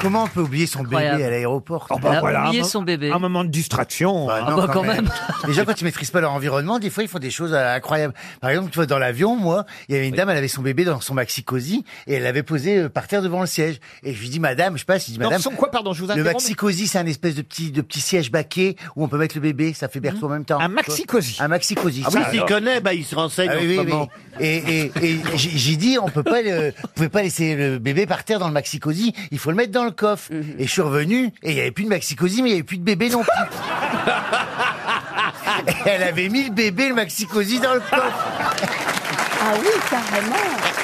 Comment on peut oublier son Incroyable. bébé à l'aéroport Oh, bah, Elle a voilà, oublié un mo- son bébé. un moment de distraction. Ah, bah, quand même. Déjà, quand ils maîtrisent pas leur environnement, des fois, ils font des choses euh, incroyables. Par exemple, tu vois, dans l'avion, moi, il y avait une dame, elle avait son bébé dans son maxi cosy et elle l'avait posé euh, par terre devant le siège. Et je lui dis, madame, je passe, je dis, Dans madame. son quoi, pardon, je vous Le interromps, maxi cosy, c'est un espèce de petit, de petit siège baquet où on peut mettre le bébé, ça fait berceau en même temps. Un maxi cosy. Un maxi cosy. Ah oui, s'il connaît, bah, il se Ah renseigne en ce moment. Et, et, et j'ai j'ai dit, on peut pas, le, vous pouvez pas laisser le bébé par terre dans le maxi cosy. Il faut le mettre dans le coffre. Mhm. Et je suis revenu et il y avait plus de maxi cosy, mais il y avait plus de bébé non plus. Elle avait mis le bébé, le maxi cosy dans le coffre. Ah oui, carrément.